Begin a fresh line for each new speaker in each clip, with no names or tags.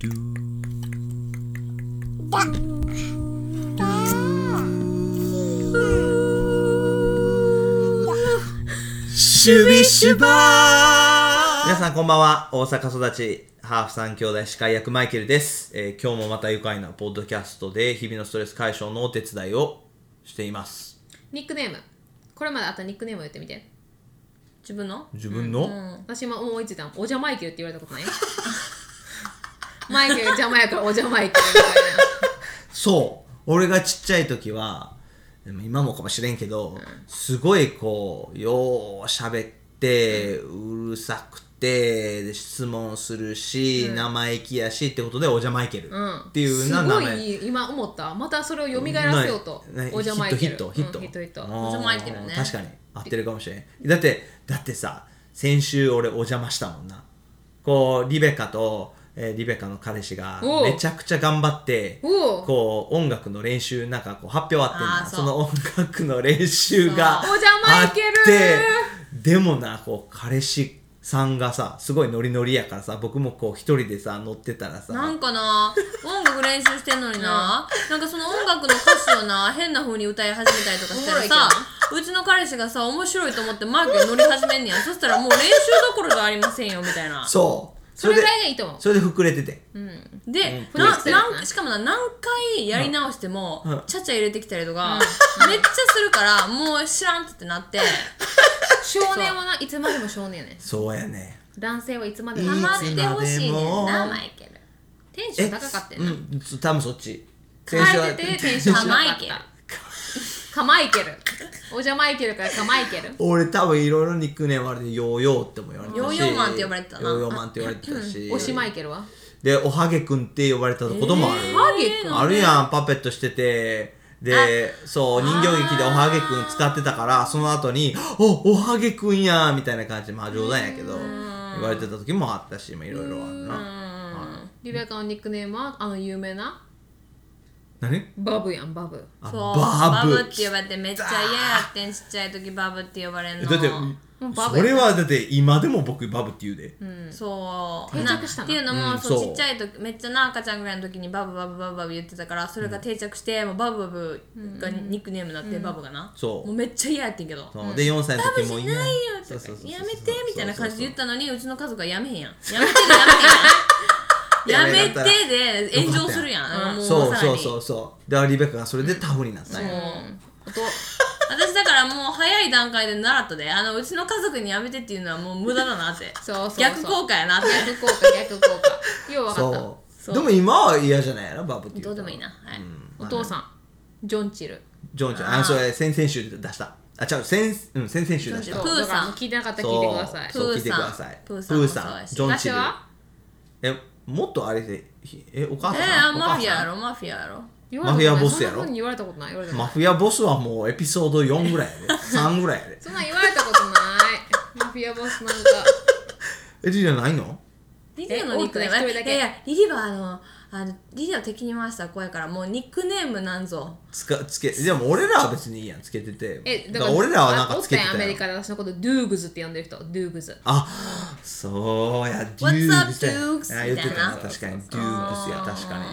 ドゥー
だだ
シュビシュバー皆さんこんばんは。大阪育ち、ハーフ三兄弟司会役マイケルです、えー今日もまた愉快なポッドキャストで日々のストレス解消のお手伝いをしています。
ニックネームこれまであったニックネームを言ってみて自分の
自分の、
私今思いついたのおじゃマイケルって言われたことない マイケル邪魔やからおじゃマイケルみたい
そう。俺がちっちゃい時は、でも今もかもしれんけど、すごいこう、よう喋って、うるさくて、で質問するし、生意気やしってことで、お邪魔いける。
な、うん、
っていうな
す
名
ご
前
いいい今思ったまたそれを蘇らせようと
ないない
おじゃマイケル
ヒットヒット
うん、ヒットヒット
あー
おじゃマイケルね
確かに合ってるかもしれんだってだってさ先週俺お邪魔したもんなこうリベカと、えーリベカの彼氏が
おう
めちゃくちゃ頑張って
おう
こう音楽の練習なんかこう発表あってんな
あー
そ
そう
の音楽の練習があっ
そうお邪魔いける
てでもなこう彼氏さんがさすごいノリノリやからさ僕もこう一人でさ乗ってたらさ
なんかな音楽練習してんのにな、なんかその音楽の歌詞をな変な風に歌い始めたりとかしたら
おもろ
さ
い
うちの彼氏がさ面白いと思ってマークに乗り始めんねやそしたらもう練習どころじゃありませんよみたいな
そう
それぐ
で
らいがいいと思う
それで膨れてて
うん
で、
うん
ななんしかもな何回やり直しても、
うん
ちゃちゃ入れてきたりとか、めっちゃするからもう知らんってなって
少年はないつまでも少年やね
そうやね
男性はいつまで
い
も
い
黙ってほしいね
い
ん
つまでも
なマイケル
テンション高かったよ
う
な、
んそ多分そっち
変えててテンション高かっ
テンション
たかマイケルおじゃマイケルからかマイケル
俺多分いろいろニックネームあれでヨーヨーっても言われてたし
ヨーヨーマンって呼ばれてたな
ヨーヨーマンって言われてたし
おしマイケルは
でおはげくんって呼ばれてたこともある、
ハゲ君
あるやんパペットしててでそう人形劇でおはげくん使ってたからその後に「おおはげくんや」みたいな感じまあ冗談やけど言われてた時もあったしまあいろいろあるな
うん
リベカのニックネームはあの有名な
何
バブやんバブ
あ
そう
バ
バ
ブ
ブって呼ばれてめっちゃ嫌やってんちっちゃい時バブって呼ばれんの
だって
うバブ
それはだって今でも僕バブって言うで、
そう
定着したな
なっていうのも、
うん
そう
そう
ちっちゃい時めっちゃな赤ちゃんぐらいの時にバブバブバブバブ言ってたからそれが定着して、もうバブバブがニックネームになって、バブがな
そう
もうめっちゃ嫌やってんけど
そうで4歳の時も
ないよと
そう
か
そうそうそう
やめてみたいな感じで言ったのにうちの家族がやめへんやんやめてでやめへんやんやめてで炎上するやんあのもう
そう
さら
そう
に
そうそうでリベカがそれでタフになったんや、
もう
あと
私だからもう早い段階で習ったであのうちの家族にやめてっていうのはもう無駄だなって
そうそうそう
逆効果やなって
逆効果逆効果よう分かった
そう
そう
でも今は嫌じゃないやろバブって言
どう
た
でも
ら
いいなはい、
うん
お父さんジョンチル
ジョンちゃんあそれ先々週出したあ違う先,、うん、先々週出し
ジョンち
た
そ
ゃん
う
プーさ
だ
ん
から聞いてなかったら聞いてください
そう聞いてください
プーさん
プ
プ
ー
ー
さ
さ
んも
んもそうやし
ジョンチ
昔
ル
は
えもっとあれでひえお母さん
え
お
ー、
母さん
マフィアやろマフィアやろ
言われたことな
マ
い
フィアボスやろ
そんな風に言われたことない言われたこと
マ
ない
フィアボスはもうエピソード4ぐらいやで3ぐらいやで
そんなん言われたことないマフィアボスなんか
えじゃないの
リリアのニックネーム
え多くない一人だけ
いやいやリリアはあのあのリリアを敵に回したら怖いからもうニックネームなんぞ
つかつけでも俺らは別にいいやんつけてて
え
だから俺らはなん
あ
か
お
つ
っ
け
た
て
やん
た
アメ
や
リ
ん
カで私のことドゥーグズって呼んでる人ドゥーグ ズ
あそうや、デュ
up,
ーブス
Dukes？
や。あ言って
みたい
た
な
な、確かに。デューブスや、確かに。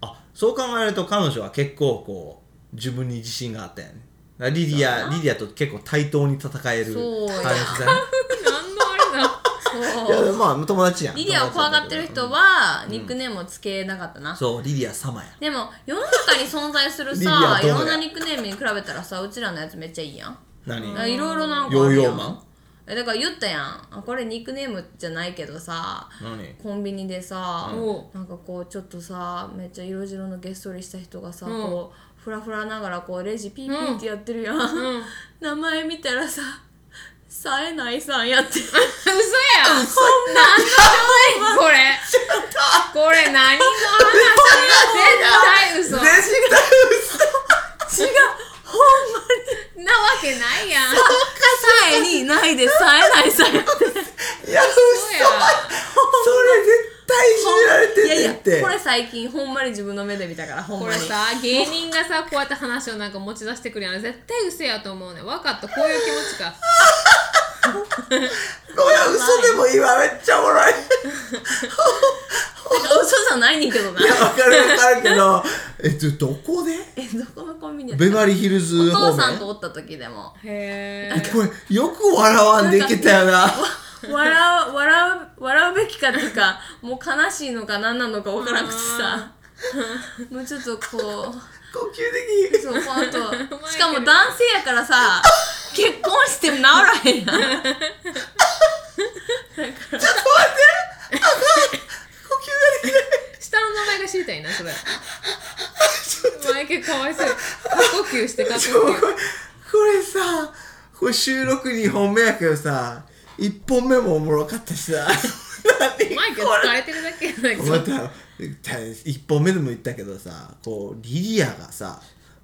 あそう考えると彼女は結構こう、自分に自信があったよね。だからリディア、リディアと結構対等に戦える
そうや
感じだね。
何のあれだ
そう
いや、まあ、友達やん。
リリアを怖がってる人はニックネームをつけなかったな、
そう、リディア様や。
でも世の中に存在する
リリア
さ
ど
いう
や
ろんなニックネームに比べたらさうちらのやつめっちゃいいやん
何
あいろいろなんか
ヨ
あ
ー
る
ヨ
や
ーマ
ん
ン
えだから言ったやんあこれニックネームじゃないけどさ
何
コンビニでさ、
うん
なんかこうちょっとさめっちゃ色白のげっそりした人がさ、
うん
こうフラフラながらこうレジピーピーってやってるやん、
うん
名前見たらさ冴えないさんやってる
嘘やん何の話これこれ何の話絶対嘘
全身
なわ
が
違うほんま
けないやん
に冴えにないで冴えないさんやってる
嘘いや、
嘘
嘘
や
それ絶対いじめられて
い
る
や
っ
い
て。
やこれ最近ほんまに自分の目で見たからほん
こ
ま
れ
に
さ芸人がさこうやって話をなんか持ち出してくるやん絶対嘘やと思うねん分かったこういう気持ちか
これは嘘でも言われっちゃおもろい。
んねんけどない
や、わかるわかるけど、 えっと、どこで
えどこのコンビニやった
ベバリーヒル
お
ズ方面
父さんとおった時でも
へ
え
え
これ、よく笑わんでいけたよな。
笑う笑う笑うべきかっていうかもう悲しいのか何なのか分からなくてさもうちょっとこう。
呼吸的。
そう、この後。しかも男性やからさ、結婚しても治らへんやん。
呼吸ができない。
下の名前が知りたいなそれマイケルかわいそう過呼吸して過
ちょ
呼
これ
吸
これさこれ収録2本目やけどさ1本目もおもろかったしさ何
マイケル
こ
疲れてるだけやな
れ
い
ま
か
た1本目でも言ったけどさこうリリアがさ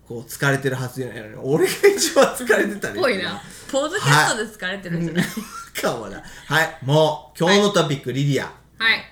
こう疲れてるはずやのに俺が一番疲れてたね
ぽいな
ポーズキャストで疲れてるんじゃない、
かもなはいもう今日のトピック、リリア
はい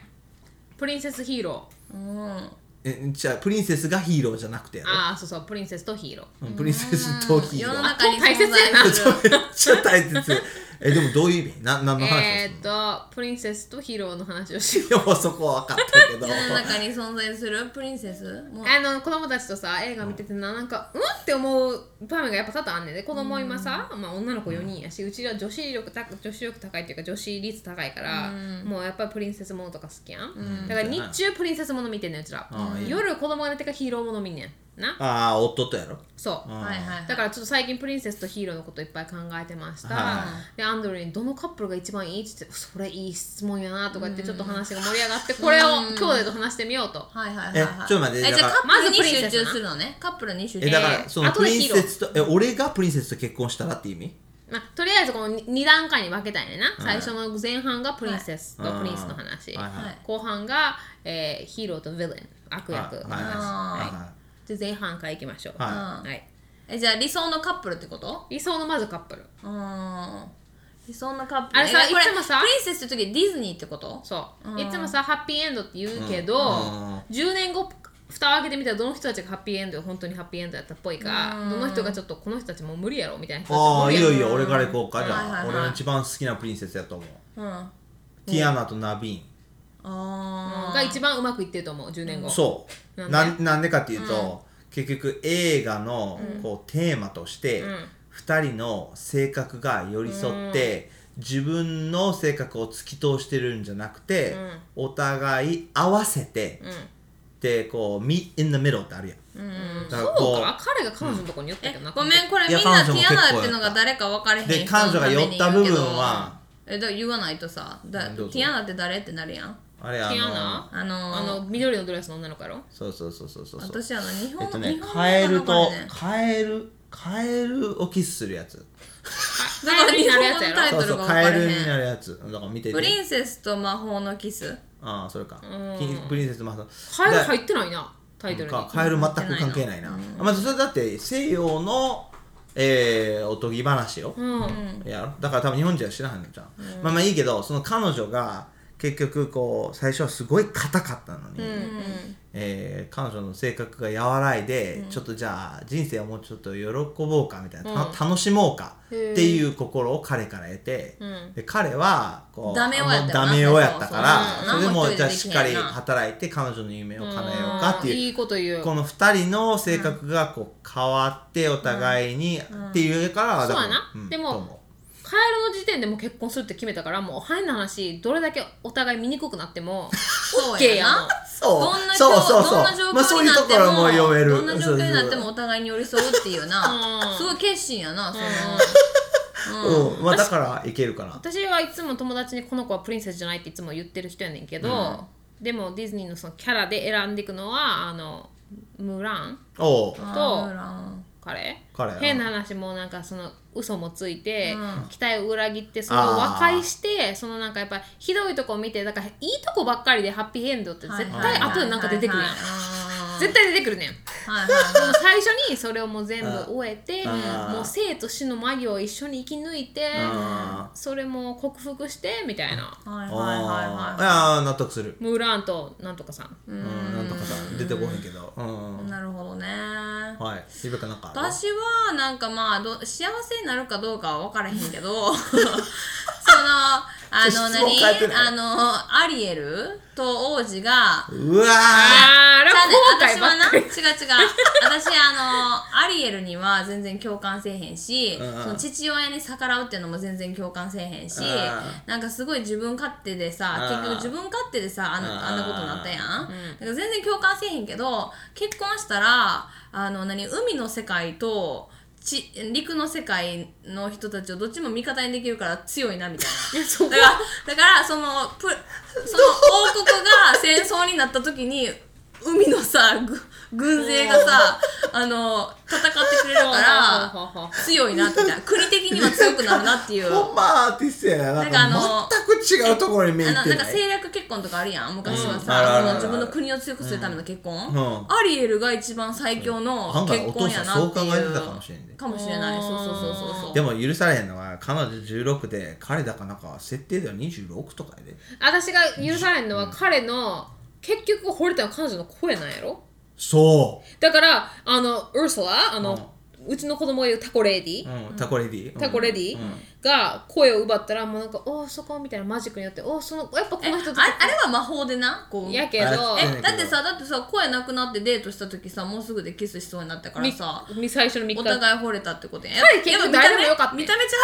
プリンセスヒーロー
うん。
えじゃあプリンセスがヒーローじゃなくてやろ
ああそうそうプリンセスとヒーロー
うんプリンセスとヒー
世
ロ
の
ー
中に存在する
大切やな
めっちゃ大切えでもどういう意味な何の話を
え
す
ー、っとプリンセスとヒーローの話をしよう
るの、いやもうそこは分かったけど
世の中に存在するプリンセスもう
あの子供たちとさ映画見ててななんかうんって思う場面がやっぱ多々あんねんで子供今さ、まあ、女の子4人やしうちは女子力た女子力高いっていうか女子率高いから、もうやっぱりプリンセスものとか好きやん、だから日中プリンセスもの見てんねんうちら、
ああいいね
夜子供が寝てからヒーローもの見んねんな
ああ夫とやろ
そう、
あ
はいはい。
だからちょっと最近プリンセスとヒーローのこといっぱい考えてました、
は
でアンドレにどのカップルが一番いいって言ってそれいい質問やなとか言ってちょっと話が盛り上がってこれを兄弟と話してみようと、
はいはいはい、はい。
えちょっと待って
え、じゃあ
だ
カ
か
ら
ップルに
まずプリンセスな
集中するのね。カップルに集中
えだから
ー
その
後
プ
で
リン
ヒーロ
セ
ー
スとえ俺がプリンセスと結婚したらって意味
まあ、とりあえずこの2段階に分けたんやな、
はい
最初の前半がプリンセスとプリンスの話、
はいはい
はい
後半が、えーヒーローとヴィレン悪役の
はいはい
話、
は
で前半からいきましょう、
はい
うんえ、じゃあ理想のカップルってこと
理想のまずカップル
うん。理想のカップル。
あれさ
えこれ
いつもさ
プリンセスって時ディズニーってこと
そう、
うん
いつもさハッピーエンドって言うけど、
うん
10年後蓋を開けてみたらどの人たちがハッピーエンド本当にハッピーエンドやったっぽいか、
うん
どの人がちょっとこの人たちもう無理やろみたいな人たち
あ
も
あ
お
ー
る
い
やん
よいよ俺から行こうかじ
はいはい
ゃあ
はい
俺の一番好きなプリンセスやと思う
うん。あ
ティアナとナビ
あー。
が一番うまくいってると思う10年
ー
後
ンそう
な
なんんなんでかっていうと結局映画のこうテーマとして
うん
2人の性格が寄り添って自分の性格を突き通してるんじゃなくて
うん
お互い合わせて
うん
でこう「meet in the middle」ってあるやん
うん。
だら
そう
こ
か彼が彼女のとこに寄った
え
けどな、
ごめんこれ
い
みん
や
なテ
彼女も
ィ
結
ア
構
ナっていうのが誰か分かれへん
で
人のため
彼
に
女が寄った部分は
言うけどえだ言わないとさだ
うん
テ
どうぞ
ィアナって誰ってなるやん
あれあの
ティアナ
あのー
あの緑のドレスの女の子やろ
そうそうそうそうそうそう
私あの日本
えっとね
日本の
カエルと
中でね
カエルカエルをキスするやつ
だからになるやつや
タイ
ろ
そ
ト
う
ル
そう
が分か
カ
れへん
エルになるやつだから見てて
プリンセスと魔法のキス
ああそれか
ん
キンプリンセスマハ
カエル入ってないなタイトルに
かカエル全く関係ないなまずそれだって西洋のえーおとぎ話よ
うん、
やろだから多分日本人は知らへんのじゃんまあまあいいけどその彼女が結局こう最初はすごい硬かったのにえー彼女の性格が和らいで、ちょっとじゃあ人生をもうちょっと喜ぼうかみたいな、た楽しもうかっていう心を彼から得て、
ん
で彼はこう
ダメ男やったよな
あのダメ男やったから
そう
そ
そう
れでも
うん
うじゃあしっかり
何も一人でできへんな
働いて彼女の夢を叶えようかっていう。
いいこと言う
この2人の性格がこう変わってお互いに、っていうから
そうや
だから
なでも
と思う
カエルの時点でもう結婚するって決めたからもうハイの話どれだけお互い醜くなっても
そ
OK やもん
そ
どんな
う
状
そうそうそう
どんな状
まあそ
況
う
に
いうと
なっ
こ
て
ろ
も
も読める
どんな状況になってもお互いに寄り添うっていうな
うん
すごい決心やなその
そうそううんまあだからいけるかな
私はいつも友達にこの子はプリンセスじゃないっていつも言ってる人やねんけど、でもディズニーのそのキャラで選んでいくのはあのムーラン
おう
と
あら
彼
彼
変な話もうなんかその嘘もついて、期待を裏切ってそれを
あー
和解してそのなんかやっぱりひどいとこを見てだからいいとこばっかりでハッピーエンドって絶対後でなんか出てくるやん、絶対出てくるねん
はいはいはい
でも最初にそれをもう全部終えて
あー
もう生と死の間際を一緒に生き抜いて
あ
それも克服してみたいな
はいはい
あー
は
あー納得する
ムーランとなんとかさん
うんなんとかさ出てこへんけどうん
いはいなるほどね
はいゆべかなんかある
私は なんかまあど幸せになるかどうかは分からへんけどそのあ
質
の
問
何
変えてない
あのアリエルと王子が
うわ
あら
じゃあね、私
後悔
は
ば
な
っか
違う違
り
う私あのアリエルには全然共感せえへんし、
うんうん
その父親に逆らうっていうのも全然共感せえへんし、
うん
なんかすごい自分勝手でさ、
うん
結局自分勝手でさあんなあんなことになったやん、
うん
だから全然共感せえへんけど結婚したらあの何海の世界とち陸の世界の人たちをどっちも味方にできるから強いなみたいな。
そう
だから、だからそのプその王国が戦争になった時に海のさぐ軍勢がさあの戦ってくれるから
ら
強いなってな国的には強くなるなっていう。
ほんまアーティストやななんか
なんかあの
全く違うところに見え
あ
て
の
な
なんか
い
政略結婚とかあるやん昔
うんあ
は
るあ
さ、
る
そ
あ
の
る
自分の国を強くするための結婚、
ん
アリエルが一番最強の
うん
結婚やなってい
案外お父さんそう
う,、
考えてたかもしれんね
かもしれないそうそうそうそうそう
でも許されへんのは彼女16で彼だかなんか設定では26とかやで
私が許されんのは彼の結局惚れたのは彼女の声なんやろ
そ
だからあのウルソラあの、うちの子供が言うタコレディ、
う、うん、タコレディ、うん
タコレディ、
うん
が声を奪ったらもうなんか「おーそこ」みたいなマジックによって「おーそのやっぱこ
えあ
の人と
あれは魔法でなこう
やけど
あれ
えだってさだってさ声なくなってデートした時さもうすぐでキスしそうになったから
み
さ
み最初の3
お
日
互い惚れたってことややっ
彼結
ぱ
局
見た目
誰でもよかった
見た目ちゃ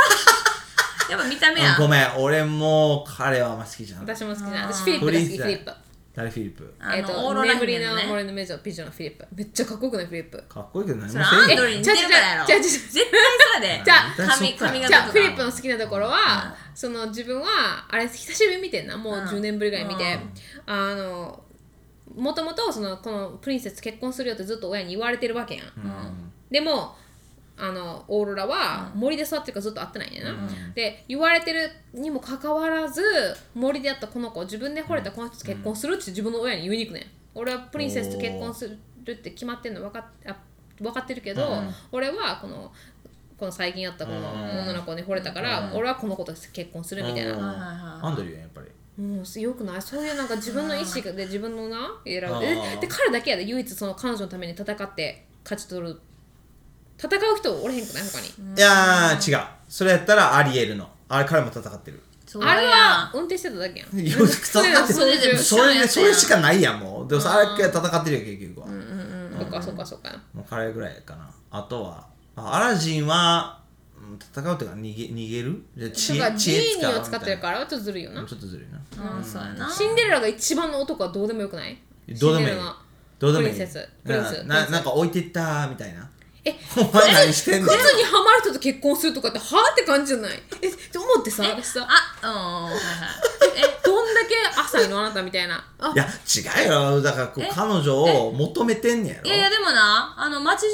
う やっぱ見た目や
うんごめん俺もう彼はあんま好きじゃん
私も好きな
あー
私フィリップ
フ
が好きフ
リーズ
ィリップ
誰フィリップ
あ
えっ、
のオー
と
ロラ
眠り
姫
の
のね
森のメジョ美女のフィリップめっちゃかっこよくないフィリップ
かっこいいけど何
そ
も
れ
せ
ア
えへ
ン
ん
ドリーに似てるからやろ
え違う違う違う
絶対それで
じゃあ
髪髪
じ
じ
型
ゃあ
とか
フィリップの好きなところは、その自分はあれ久しぶりに見てんなもう10年ぶりぐらい見て、あのもともとそのこのプリンセス結婚するよってずっと親に言われてるわけやん、
うん
でもあのオーロラは森で育ってるからずっと会ってないんやな、
うん
で言われてるにもかかわらず森で会ったこの子自分で惚れたこの人と結婚するって自分の親に言いに行くねん俺はプリンセスと結婚するって決まってんの分かっあ分かってるけど、
うん
俺はこのこの最近会ったこの女の子に惚れたから、俺はこの子と結婚するみたいな、
うん
はいはい
アンドリューやんやっぱり
もうよくないそういうなんか自分の意思で自分のな選ぶ
あ
で
ー
で彼だけやで唯一その彼女のために戦って勝ち取る戦う人おれへんくない他に、
いやー違うそれやったらアリエルのあれ彼も戦ってる
そう
あれ
や
は運転してただけやん
いや戦って
それ
る
で
それそれしかないやんもうでもさあれっけ戦ってるよ結局は
そっかそっかそっか
もう彼ぐらいかなあとはあアラジンはうん戦うっていうか逃げ逃げるじゃあ知
なん
恵
かジ
知
ー
恵
ニーを
み
使
たいな
ってるからちょっとずるいよ
ち
な
ょっとずるいな
うんそうやな
シンデレラが一番の男はどうでもよくない
どうでもいい
シンデレラの
どうでもいい
プリンセスプリンス
うん
プリ
な
ンス
なんか置いてったーみたいな
え
お前何してんの
靴にハマる人と結婚するとかってはあって感じじゃないえって思ってさ私さ
あうんはい はいえ
どんだけ浅いのあなたみたいなあ
いや違うよだからこう彼女を求めてんねやろ
いやいやでもなあの街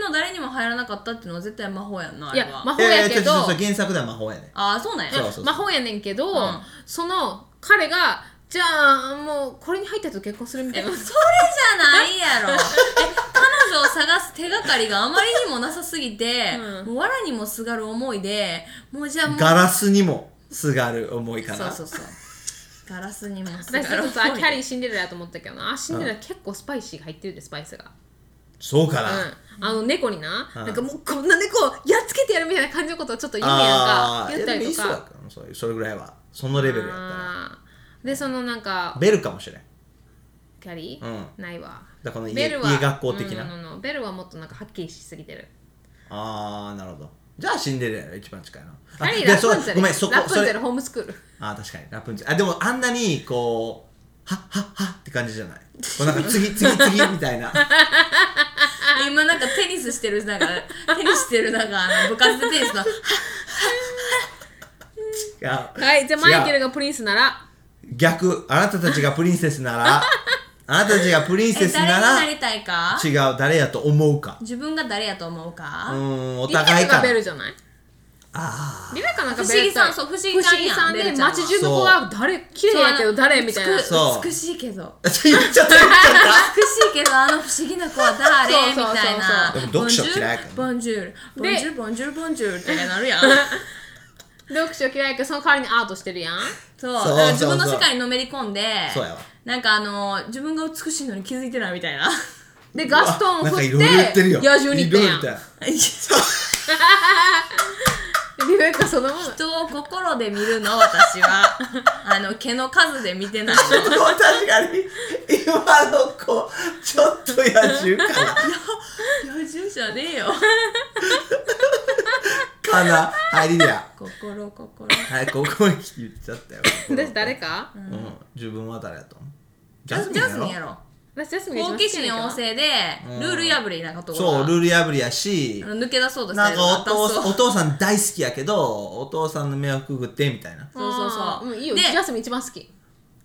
中の誰にも入らなかったっていうのは絶対魔法やんなあ
い
れ
や
は
魔法やけ
い
ど、
やいやちょちょちょ原作では魔法やね
ああそうなんや
そう
魔法やねんけど、
ん
その彼がじゃあもうこれに入った人と結婚するみたいな
それじゃないやろえ彼女を探す手がかりがあまりにもなさすぎて、
うん
もう藁にもすがる思いでもうじゃあもう
ガラスにもすがる思いか
そう
ら
そうそうガラスにもすが
私ちょ
る
っ
思
と
い
さキャリーシンデレラやと思ったけどなあシンデレラ結構スパイシーが入ってるでスパイスが、
そうかな
うん、あの猫にな、
うん
なんかもうこんな猫やっつけてやるみたいな感じのことをちょっと夢や
あ
んか
あ
言ったりと
そうや
か
けどそういうそれぐらいはそのレベルやったら
あーでそのなんか
ベルかもしれん
キャリー、
う
ないわ
だからこの家
ベルは
家学校的な、
うんうんうんベルはもっとなんかはっきりしすぎてる
ああなるほどじゃあシンデレラが一番近いな
キャリー
で
ラプ
そう
ンツェル
ごめんそこ
ラプ
そ
ンツェ
れ
ルホームスクール
あー確かにラプンツェルあでもあんなにこうはっはっはって感じじゃないこうなんか次次次 みたいな
今なんかテニスしてるなんかテニスしてるなんかあの部活でテニスの
はいじゃあマイケル
が
がプリンスなら
逆あなたたちがプリンセスならあなたたちがプリンセ
え
スな
誰
ら違
になりたいか
う誰やと思うか
自分が誰やと思う
う
か、
ーんお
リベカ
互いか
が
ら
ベルじゃない
あ
リベカなんか
不思議さん
ベル
そう不思議さんやん
不思議さ
ベル
んで
ちゃんは
街中の子が誰綺麗やけど誰みたいな
美
そう
そう
美しいけど
あ言っちゃった言っちゃった
美しいけどあの不思議な子は誰
そう
み
そうそうそう
たいな
でも読書嫌いやからね
ボンジュールボンジュールボンジュールボンジュールってなるやん
読書嫌いやけどその代わりにアートしてるやん
そう
そう
だから自分の
そうそう
世界にのめり込んで
そうやわ
なんかあの自分が美しいのに気づいてないみた いな
でガストンを
なんか
振
い
っ
ろいろ言って
て
るよ
野獣に行った
いろい
や
ろ
ん
言った
で
よ
そう
リベットそのもの
人を心で見るの私は あの毛の数で見てないの
確かに今の子ちょっと野獣か
居住者ねえよ
なかな入りや
心心
はいここに言っちゃったよ
私誰か
うん自分は誰やと思うジ
ジャスミンや
ろ
ろ
私ジャスミンが
好
一番好き
奇心
やな
旺盛で
うん
ルール破りなこと
そうルール破りやし
あの抜け出そうとして
なん
る
かお
そう
父お父さん大好きやけどお父さんの迷惑食ってみたいな、
そうそうそう
うんいいよ
で
ジャスミン一番好き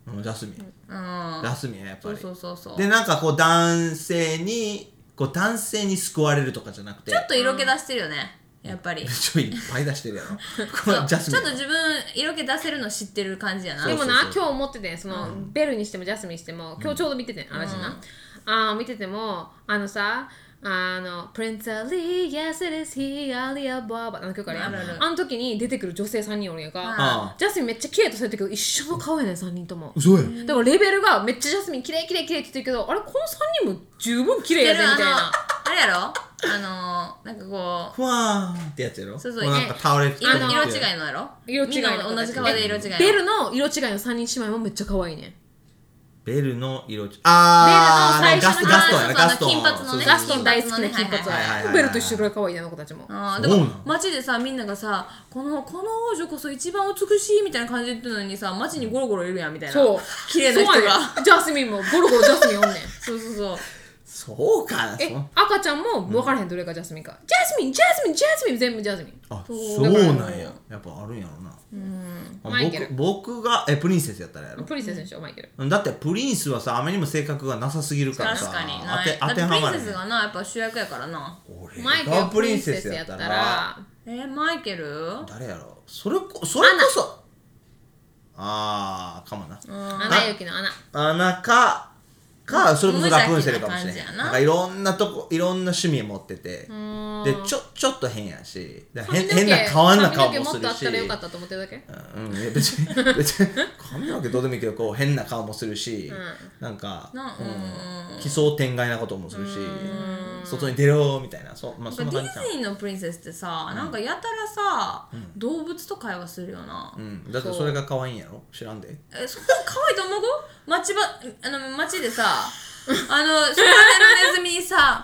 うん、ジャスミン
うん
ジャスミンややっぱ
そう
り
そうそうそう
でなんかこう男性にこう男性に救われるとかじゃなくて
ちょっと色気出してるよねやっ ぱり
ちょいっぱい出してるや ろこ
そう
の
ち
ジ
ょ
ャ
っ
スミン
と自分色気出せるの知ってる感じやな
そ
で
う
もな今日思っててその、ベルにしてもジャスミンにしても今日ちょうど見ててあ私な、あー見ててもあのさあの「Prince Ali Yes it is he Ali Ababa」あの曲あるやん
あるある
あの時に出てくる女性3人おるんやんか
ああ
ジャスミンめっちゃ綺麗とされてるけど一緒の顔やねん3人とも
嘘やん
だからレベルがめっちゃジャスミン綺麗綺麗綺麗って言ってるけどあれこの3人も十分綺麗やねみたいな
あれやろあのー、なんかこ
ふわーんってやつやろ
そうそう
もなんか倒れて
う色
る
色違いのやろ
色違いの
みんな同じ顔で色違いの
ベルの色違いの3人姉妹もめっちゃ可愛いねん
ベルの色違いあ
ベ
ー
ルの最初の
ガスガストンや
あー
なガストン
そうそうあの金髪のね
そうそう
ガス
そう
トン大好きな金髪
はいはいはいは
はいベルと一緒ぐらい可愛いねあの子たちも
あー
そ
だ
う
か
なの
ら街でさみんながさこのこの王女こそ一番美しいみたいな感じで言ってるのにさ街にゴロゴロいるやんみたいな
そう
綺麗な人
そうや
が
ねんジャスミンもゴロゴロジャスミンおんねん
そうそうそう
そうか
え
そう
赤ちゃんも分からへんどれがジャスミンかジャスミンジャスミンジャスミン全部ジャスミン
あそ
そう
うなんややっぱあるんやろなあ
マイケル
僕僕がえプリンセスやったらやろ
プリンセスでしょマイケル
だってプリンスはさあまりにも性格がなさすぎるからさ
確かにな
当て当て
だって
は
プ
ま
リ
ら
ンセス
へん
がなやっぱ主役やからな
マイ
俺
ケル
がプリンセスやったら
えー、マイケル
誰やろそれこそれこそあーかもな
アナ雪の穴
穴かかそれこそラプンセルかもしれへん
無邪気な感じやな
なんかいろんなとこいろんな趣味持っててでちょちょっと変やしだから変変な変わんな顔もす
髪の毛もっと
る
あっ
した
らよかったと思ってるだけ
うん、いや別に 別に髪の毛どうでもいいけどこう変な顔もするし、なんか、
な
うん、奇想天外なこともするし外に出ろみたいなそう、まあ、そ
なんん
な
か
感じか
ディズニーのプリンセスってさ、なんかやたらさ、動物と会話するよな、
うん、だってそれが可愛いんやろ知らんで
えそんな可愛いと思う街ばあの街でさ あのそこら辺のネズミにさ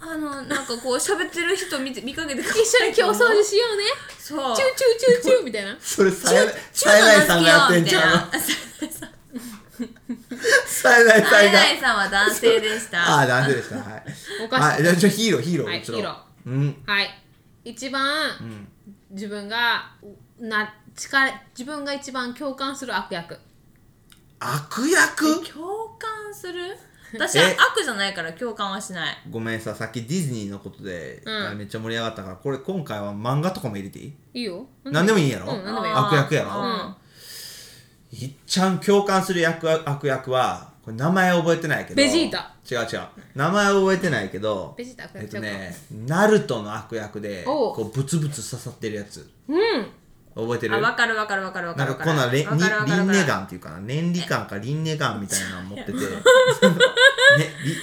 あのなんかこう喋ってる人見て見かけて一
一緒に今日お掃除しようね
そう
チューチューチューチューみたいな
それさえ
チュー
ない
の
さん
好き
がやって
よ
ん
み
ち
たい
ゃうの
な
さえない
サ
さん
イ
が
ダイさんは男性でした
ああ男性でしたはい
おかしい
はいじゃあヒーローヒーロー、
はい
ちょっと
ヒーロー
うん
はい一番自分がな力自分が一番共感する悪役
悪役
共感する私は
え
悪じゃないから共感はしない
ごめんささっきディズニーのことで、
ん
あれめっちゃ盛り上がったからこれ今回は漫画とかも入れていい
いいよ
何でもいいんやろ、
うん何でもいいよ
悪役やろ、
うん
いっちゃん共感する役は悪役はこれ名前覚えてないけど
ベジータ
違う違う名前覚えてないけど
ベジータ悪役
えっとねナルトの悪役で
おう
こうブツブツ刺さってるやつ
うん
覚えて
あ
る
分かる分かる分かる分
な
か
ん
る
かこ
分かる
んなれ
分かる分かる
輪
分か
廻
る
眼っていうかな年利眼か輪廻眼みたいなの持 ってて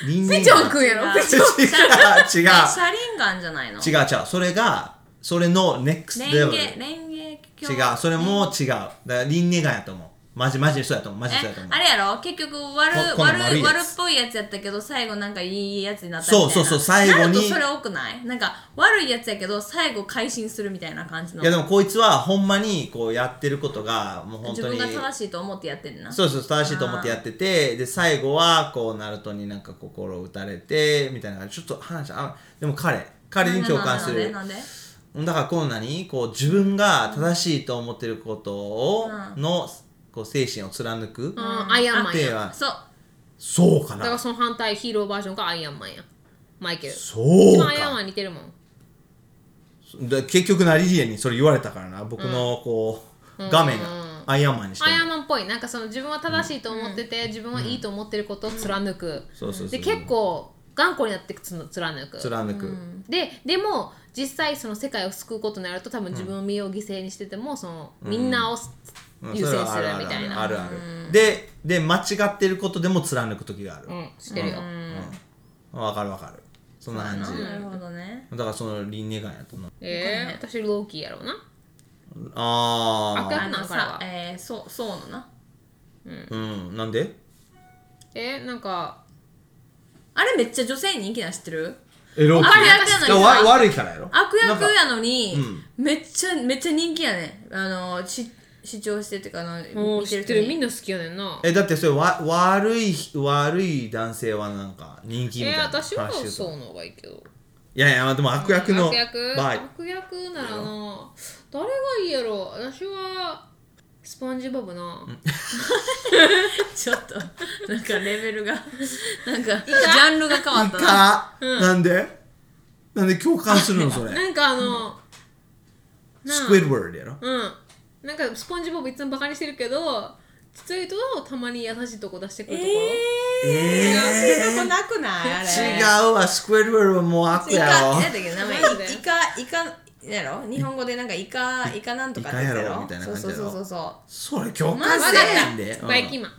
り輪廻
ピチョン
眼
くんやろ
違 う
違う
違う
えシャリンガンじゃないの
違う違うそれがそれのネックス
レ
レ
ン
ベル
ゲレンゲ
違うそれも違うだから輪廻眼やと思うマジマジでそうやと思うマジでそうやと
え
思う
あれやろ結局悪
ここの丸
悪
い
い
やつ
悪っぽいやつやったけど最後なんかいいやつになったみたい
そう
な
そうそう最後に
なるとそれ多くないなんか悪いやつやけど最後改心するみたいな感じの
いやでもこいつはほんまにこうやってることがもう本
自
当に
分が正しいと思ってやってるな
そうそう正しいと思ってやっててで最後はこうナルトになんか心を打たれてみたいなちょっと話あでも彼彼に共感する
なんでなんで
だからこう何こう自分が正しいと思ってることをのこう精神を貫く
うんアイアンマン
で
や
は
そう
そうか
だから
な
その反対ヒーローバージョンがアイアンマンやマイケル一
そう
番アイアン
か
マン似てるもん
で結局なリリエにそれ言われたからな僕のこう画面がアイアンマンにして
アイアン
る
マンっぽいなんかその自分は正しいと思ってて、自分はいいと思ってることを貫く、
そうそうそう
で結構頑固になってくつ貫く
貫く、
ででも実際その世界を救うことになると多分自分を身を犠牲にしててもそのみんなを
うん
優
それ
先
は
す
あ
る
るある
みたい
あ
な
るあるでで間違ってることでも貫く時がある
う
わ、
んしてるよ、
かるわかるそんな感じ
なるほどね
だからその輪廻眼やと思う
えー、私ローキーやろうな
あ
赤
あ
あの
だから
さ、えー、そう、そうのな。
うんなんで
えなんか
あれめっちゃ女性人気なん知ってる
えローキ
あれ悪役やのに
わ
さ
悪いからやろ
悪
なん
役
か
やのに、
うん
めっちゃ、めっちゃ人気やね。あの、し視聴してっていうか、あの、
もう
見て
知
る
って
人
るみ
に。
んな好きやねんな
えだってそれわ悪い悪い男性はなんか人気みた
え
いな
私は
話してた
そうの方がいいけど
いやいやまあでも悪役の
悪役
場合
悪役ならな誰がいいやろ私はスポンジボブな
ちょっと、なんかレベルが、なんか、ジャンルが変わったな。
か、なんでなんで共感するのそれ
なんかあの
スクイッドワードやろ
うんなんかスポンジボブいつもバカにしてるけど実は言うとたまに優しいとこ出してくるところ、
え
そんなことなくないあれ
ー、違うわスクイッドワードはもう悪
イカ
や
なん
ろ
だっけ名前
なんで
イカイカやろ日本語でなんかイカイカなんとかってやつ
イカやろみたいな感じや
そう
ろ
そうそうそう
それ共感せえへんで、うん
バイキンマン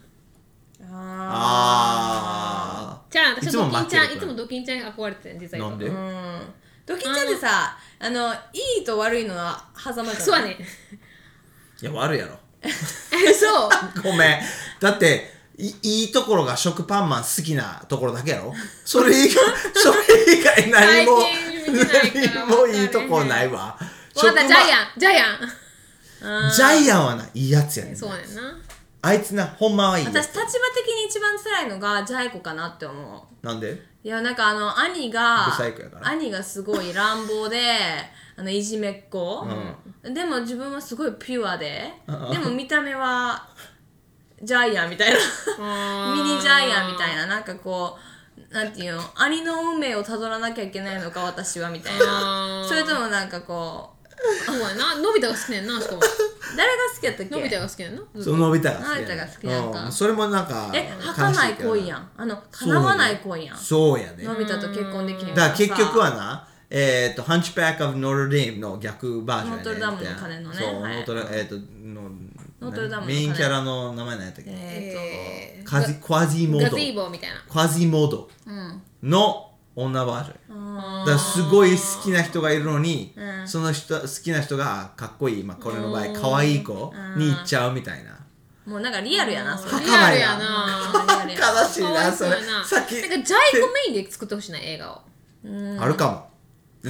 あ
あ
じゃあ私
いつ
は
も
ドキンちゃん
待って
い
る
つ
から
もドキンちゃんに憧れてたね実
ー
は
なん
言うと
で
うんドキンちゃんってさあのいいと悪いのは狭間じゃない
そうやね
いや悪いやろ
え そう
ごめんだっていいいところが食パンマン好きなところだけやろそれ以外それ以外何も
最近見てないから
何もいいとこないわ
わかったジャイ
ン
アンジャイアン
ジャイアンはないいやつやねん
そうやねんな
あいつなほんまはいいやつ
私、立場的に一番辛いのが、ジャイ子かなって思う。
なんで
いやなんかあの兄が
不細工やから
兄がすごい乱暴 であのいじめっ子、でも自分はすごいピュアで
うん
でも見た目はジャイアンみたいなミニジャイアンみたいななんかこうなんていうの兄の運命をたどらなきゃいけないのか私はみたいな
あー
それともなんかこう
そうやなのび太が好きねんなしかも
誰が好きやったっけ
のび太が好きねんな
そののび太が好き
のび太が好きやんか
うんそれもなんか
え儚い恋や
ん
んあの叶わない恋やん
そうやね
のび太と結婚できへ
だ
ん
から
さ
結局はなえっ、と「ハンチパック・オブ・ノート・デーム」の逆バージョンやね
ノートルダムの鐘のね
そう、
はい
ノートルえっ、との
ノートルダムの鐘
メインキャラの名前なんやったっけ、
えーっと
え
カジクワジモ
ガ
ー
ズ
ド
イーボーみたいな
クワジモードの女バージョンやだからすごい好きな人がいるのに、その人好きな人がかっこいい、まあ、これの場合可愛い子に行っちゃうみたいな
もうなんかリアルやなそれ
儚い
リアルや な
悲
悲しい
かわ
ない
そ
そうれ
やな
さっき
なんかジャイコメインで作ってほしいな映画を
あるかも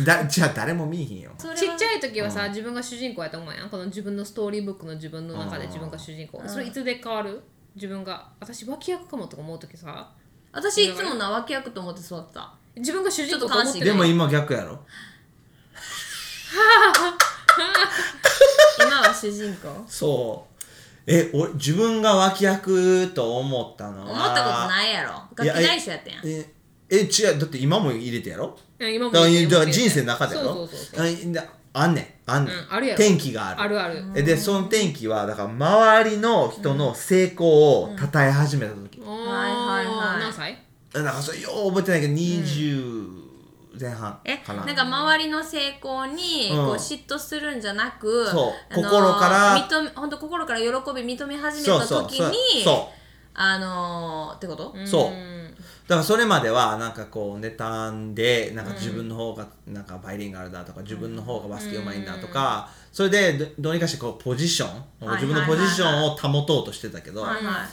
だじゃあ誰も見えへんよ
ちっちゃい時はさ、自分が主人公やと思うやんこの自分のストーリーブックの自分の中で自分が主人公それいつで変わる自分が私脇役かもとか思う時さ
私いつもな脇役と思って育った
自分が主人公と思って
ちょっと悲しい
ない
でも今逆やろ
今は主人公思っ
そうえ俺自分が脇役と思ったのは
たことないやろ楽器
いやえ
大師やったやん
ええ違うだって今も入れてやろ
うん今も
だから
言ってる
だから人生の中でやろ
そうそうそうそう
あいだあんねんあんねん、
うんあるやろ
天気がある
あるある
えでその天気はだから周りの人の成功を称え始めた時、
はい
はいはいはい
何歳
だからそれよう覚えてないけど20前半
え
かな,、
なんか周りの成功に
うん
こう嫉妬するんじゃなく、
そう
あのー
心から
認め本当心から喜び認め始め
そう
た
そう
時
そう
に
そう
あのー、ってこと、
そうだからそれまではなんかこう妬んでなんか自分の方がなんかバイリンガルだとか自分の方がバスケうまいんだとかそれでどどうにかしてこうポジション
はい
自分のポジションを保とうとしてたけど
はいは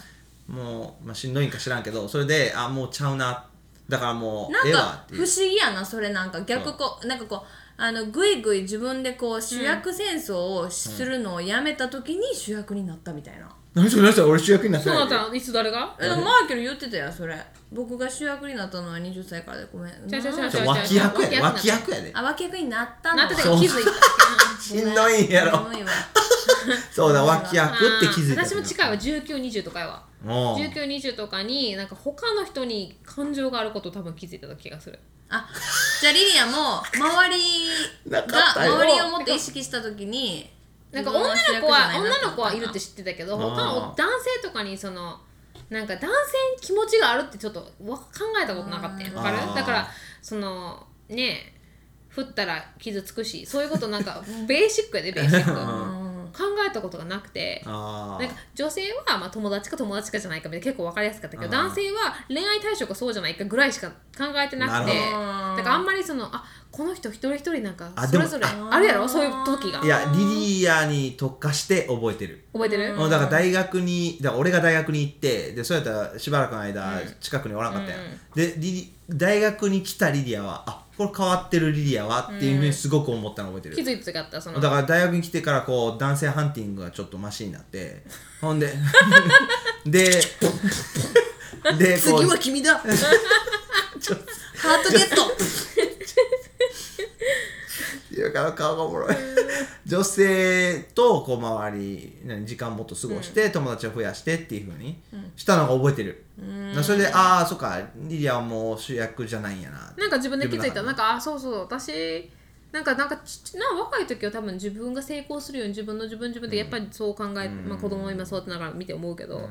もうまあしんどいんか知らんけどそれであもうちゃうなだからも
い、
うええ
なん
わ
か
ってい
不
う
思議やなそれなんか逆こう、なんかこうあのぐいぐい自分でこう主役戦争をするのをやめた時に主役になったみたいな、
何それ何それ俺主役になって
そ
な
ない
で
たいつ誰が
えでもマーケル言ってたよそれ僕が主役になったのは20歳からでごめん
ちゃうちゃうちゃう
ち
た
ょ脇役やで
脇
脇
役
役やで
あ脇役になったの
なってたけ
そ
ど
う
気 づいた
しんどいんやろ
寒いわ
そうだ脇役って気づいた
私も近い
い
わ1920とかやわ
もう
1920とかになんか他の人に感情があることを多分気づいてた気がする
あじゃあリリアも周りが
なかったよ
周りをもっと意識した時に
なんか女の子は女の子はいるって
知
知ってたけど他
あ
の
ー
男性とかにそのなんか男性に気持ちがあるってちょっとわ考えたことなかったやんわかる
あー
だからそのねえ振ったら傷つくしそういうことなんかベーシックやでベーシック考えたことがなくて
あ
なんか女性はまあ友達か友達かじゃないかみたいな結構分かりやすかったけど
あー
男性は恋愛対象かそうじゃないかぐらいしか考えてなくて
なる
ほど
だからあんまりそのあこの人一人一人なんか
あ
そ
でも
れぞれ
あ
あるやろそういう時が
あいやリリアに特化して覚えてる
覚えてる、
うんだから大学にだから俺が大学に行ってでそうやったらしばらくの間近くにおらんかったやん、でリリ大学に来たリリアはあこれ変わってるリリアはっていうふうにすごく思ったの覚えてる、
気づいた時あったその
だから大学に来てからこう男性ハンティングがちょっとマシになってほんでででこ
次は
う
君だハートゲット
ゆうかの顔がおもろい 女性とこう周り何時間もっと過ごして、友達を増やしてっていうふうにしたのが覚えてる、だからそれでああそっかリリアはもう主役じゃないんやなって
なんか自分で気づい
自
た
分の中で
なんかあそうそう私なんかなんかちなんか若い時は多分自分が成功するように自分の自分自分でやっぱりそう考え、まあ、子供を今育てながら見て思うけど、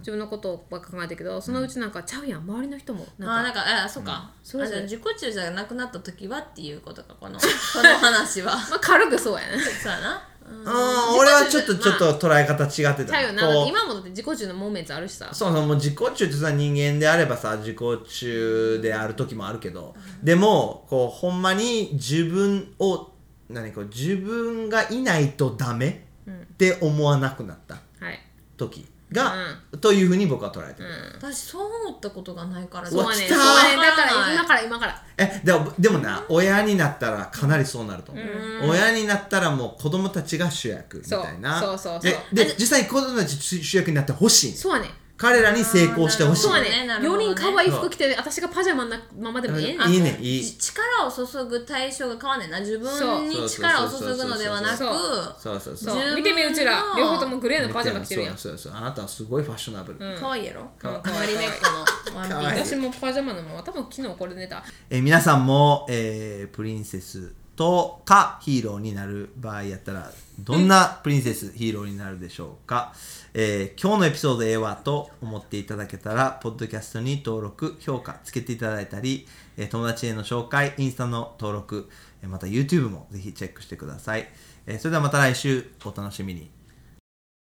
自分のことばっか考えてるけどそのうちなんかちゃうやん周りの人も
あ
なん
ー
か
なんかあそうか、
それ
あ
ぞ
じ
れ
ゃあ自己中じゃなくなった時はっていうことか このこの話は
まあ、軽くそうやね
そうやな、うん
うん、俺はちょっと、
まあ
ちょっと捉え方違って
ちゃう
た
よなだっ
こう
て今もだって自己中のモーメンツあるしさ
そうそうもう自己中ってさ人間であればさ自己中である時もあるけど、でもこうほんまに自分を何こう自分がいないとダメって思わなくなった
はい
時が、というふうに僕は捉えてる、
私そう思ったことがないから
うわ
そうやね
来た
そう
ー
やねだか
わかららない
今から今から
えでもでもな親になったらかなりそうなると思う、親になったらもう子供たちが主役みたいな
そうそうそうそう
でで実際に子供たち主主役になってほしい
そうやね
彼らに成功してほしい
そうやね
なるほ
4
どね
人可愛い服着て私がパジャマのままでもいいね
いいねいい
ち力を注ぐ対象が変わんねんな自分
そう
に力を注ぐのではなく
そうそうそう
そうそうそう
そう
自
見てみうちら
分の
両方ともグレーのパジャマ着てるやん
そうそうそうあなたはすごいファッショナブル、
可愛いやろ
かわいい
マリメッコのワンピ
かわい
ー
い
ス
私もパジャマのまま多分昨日これ寝た
えー皆さんも、えープリンセスとかヒーローになる場合やったらどんなプリンセスヒーローになるでしょうか、えー今日のエピソードええわと思っていただけたらポッドキャストに登録評価つけていただいたり、えー友達への紹介インスタの登録えーまた YouTube もぜひチェックしてください、えーそれではまた来週お楽しみに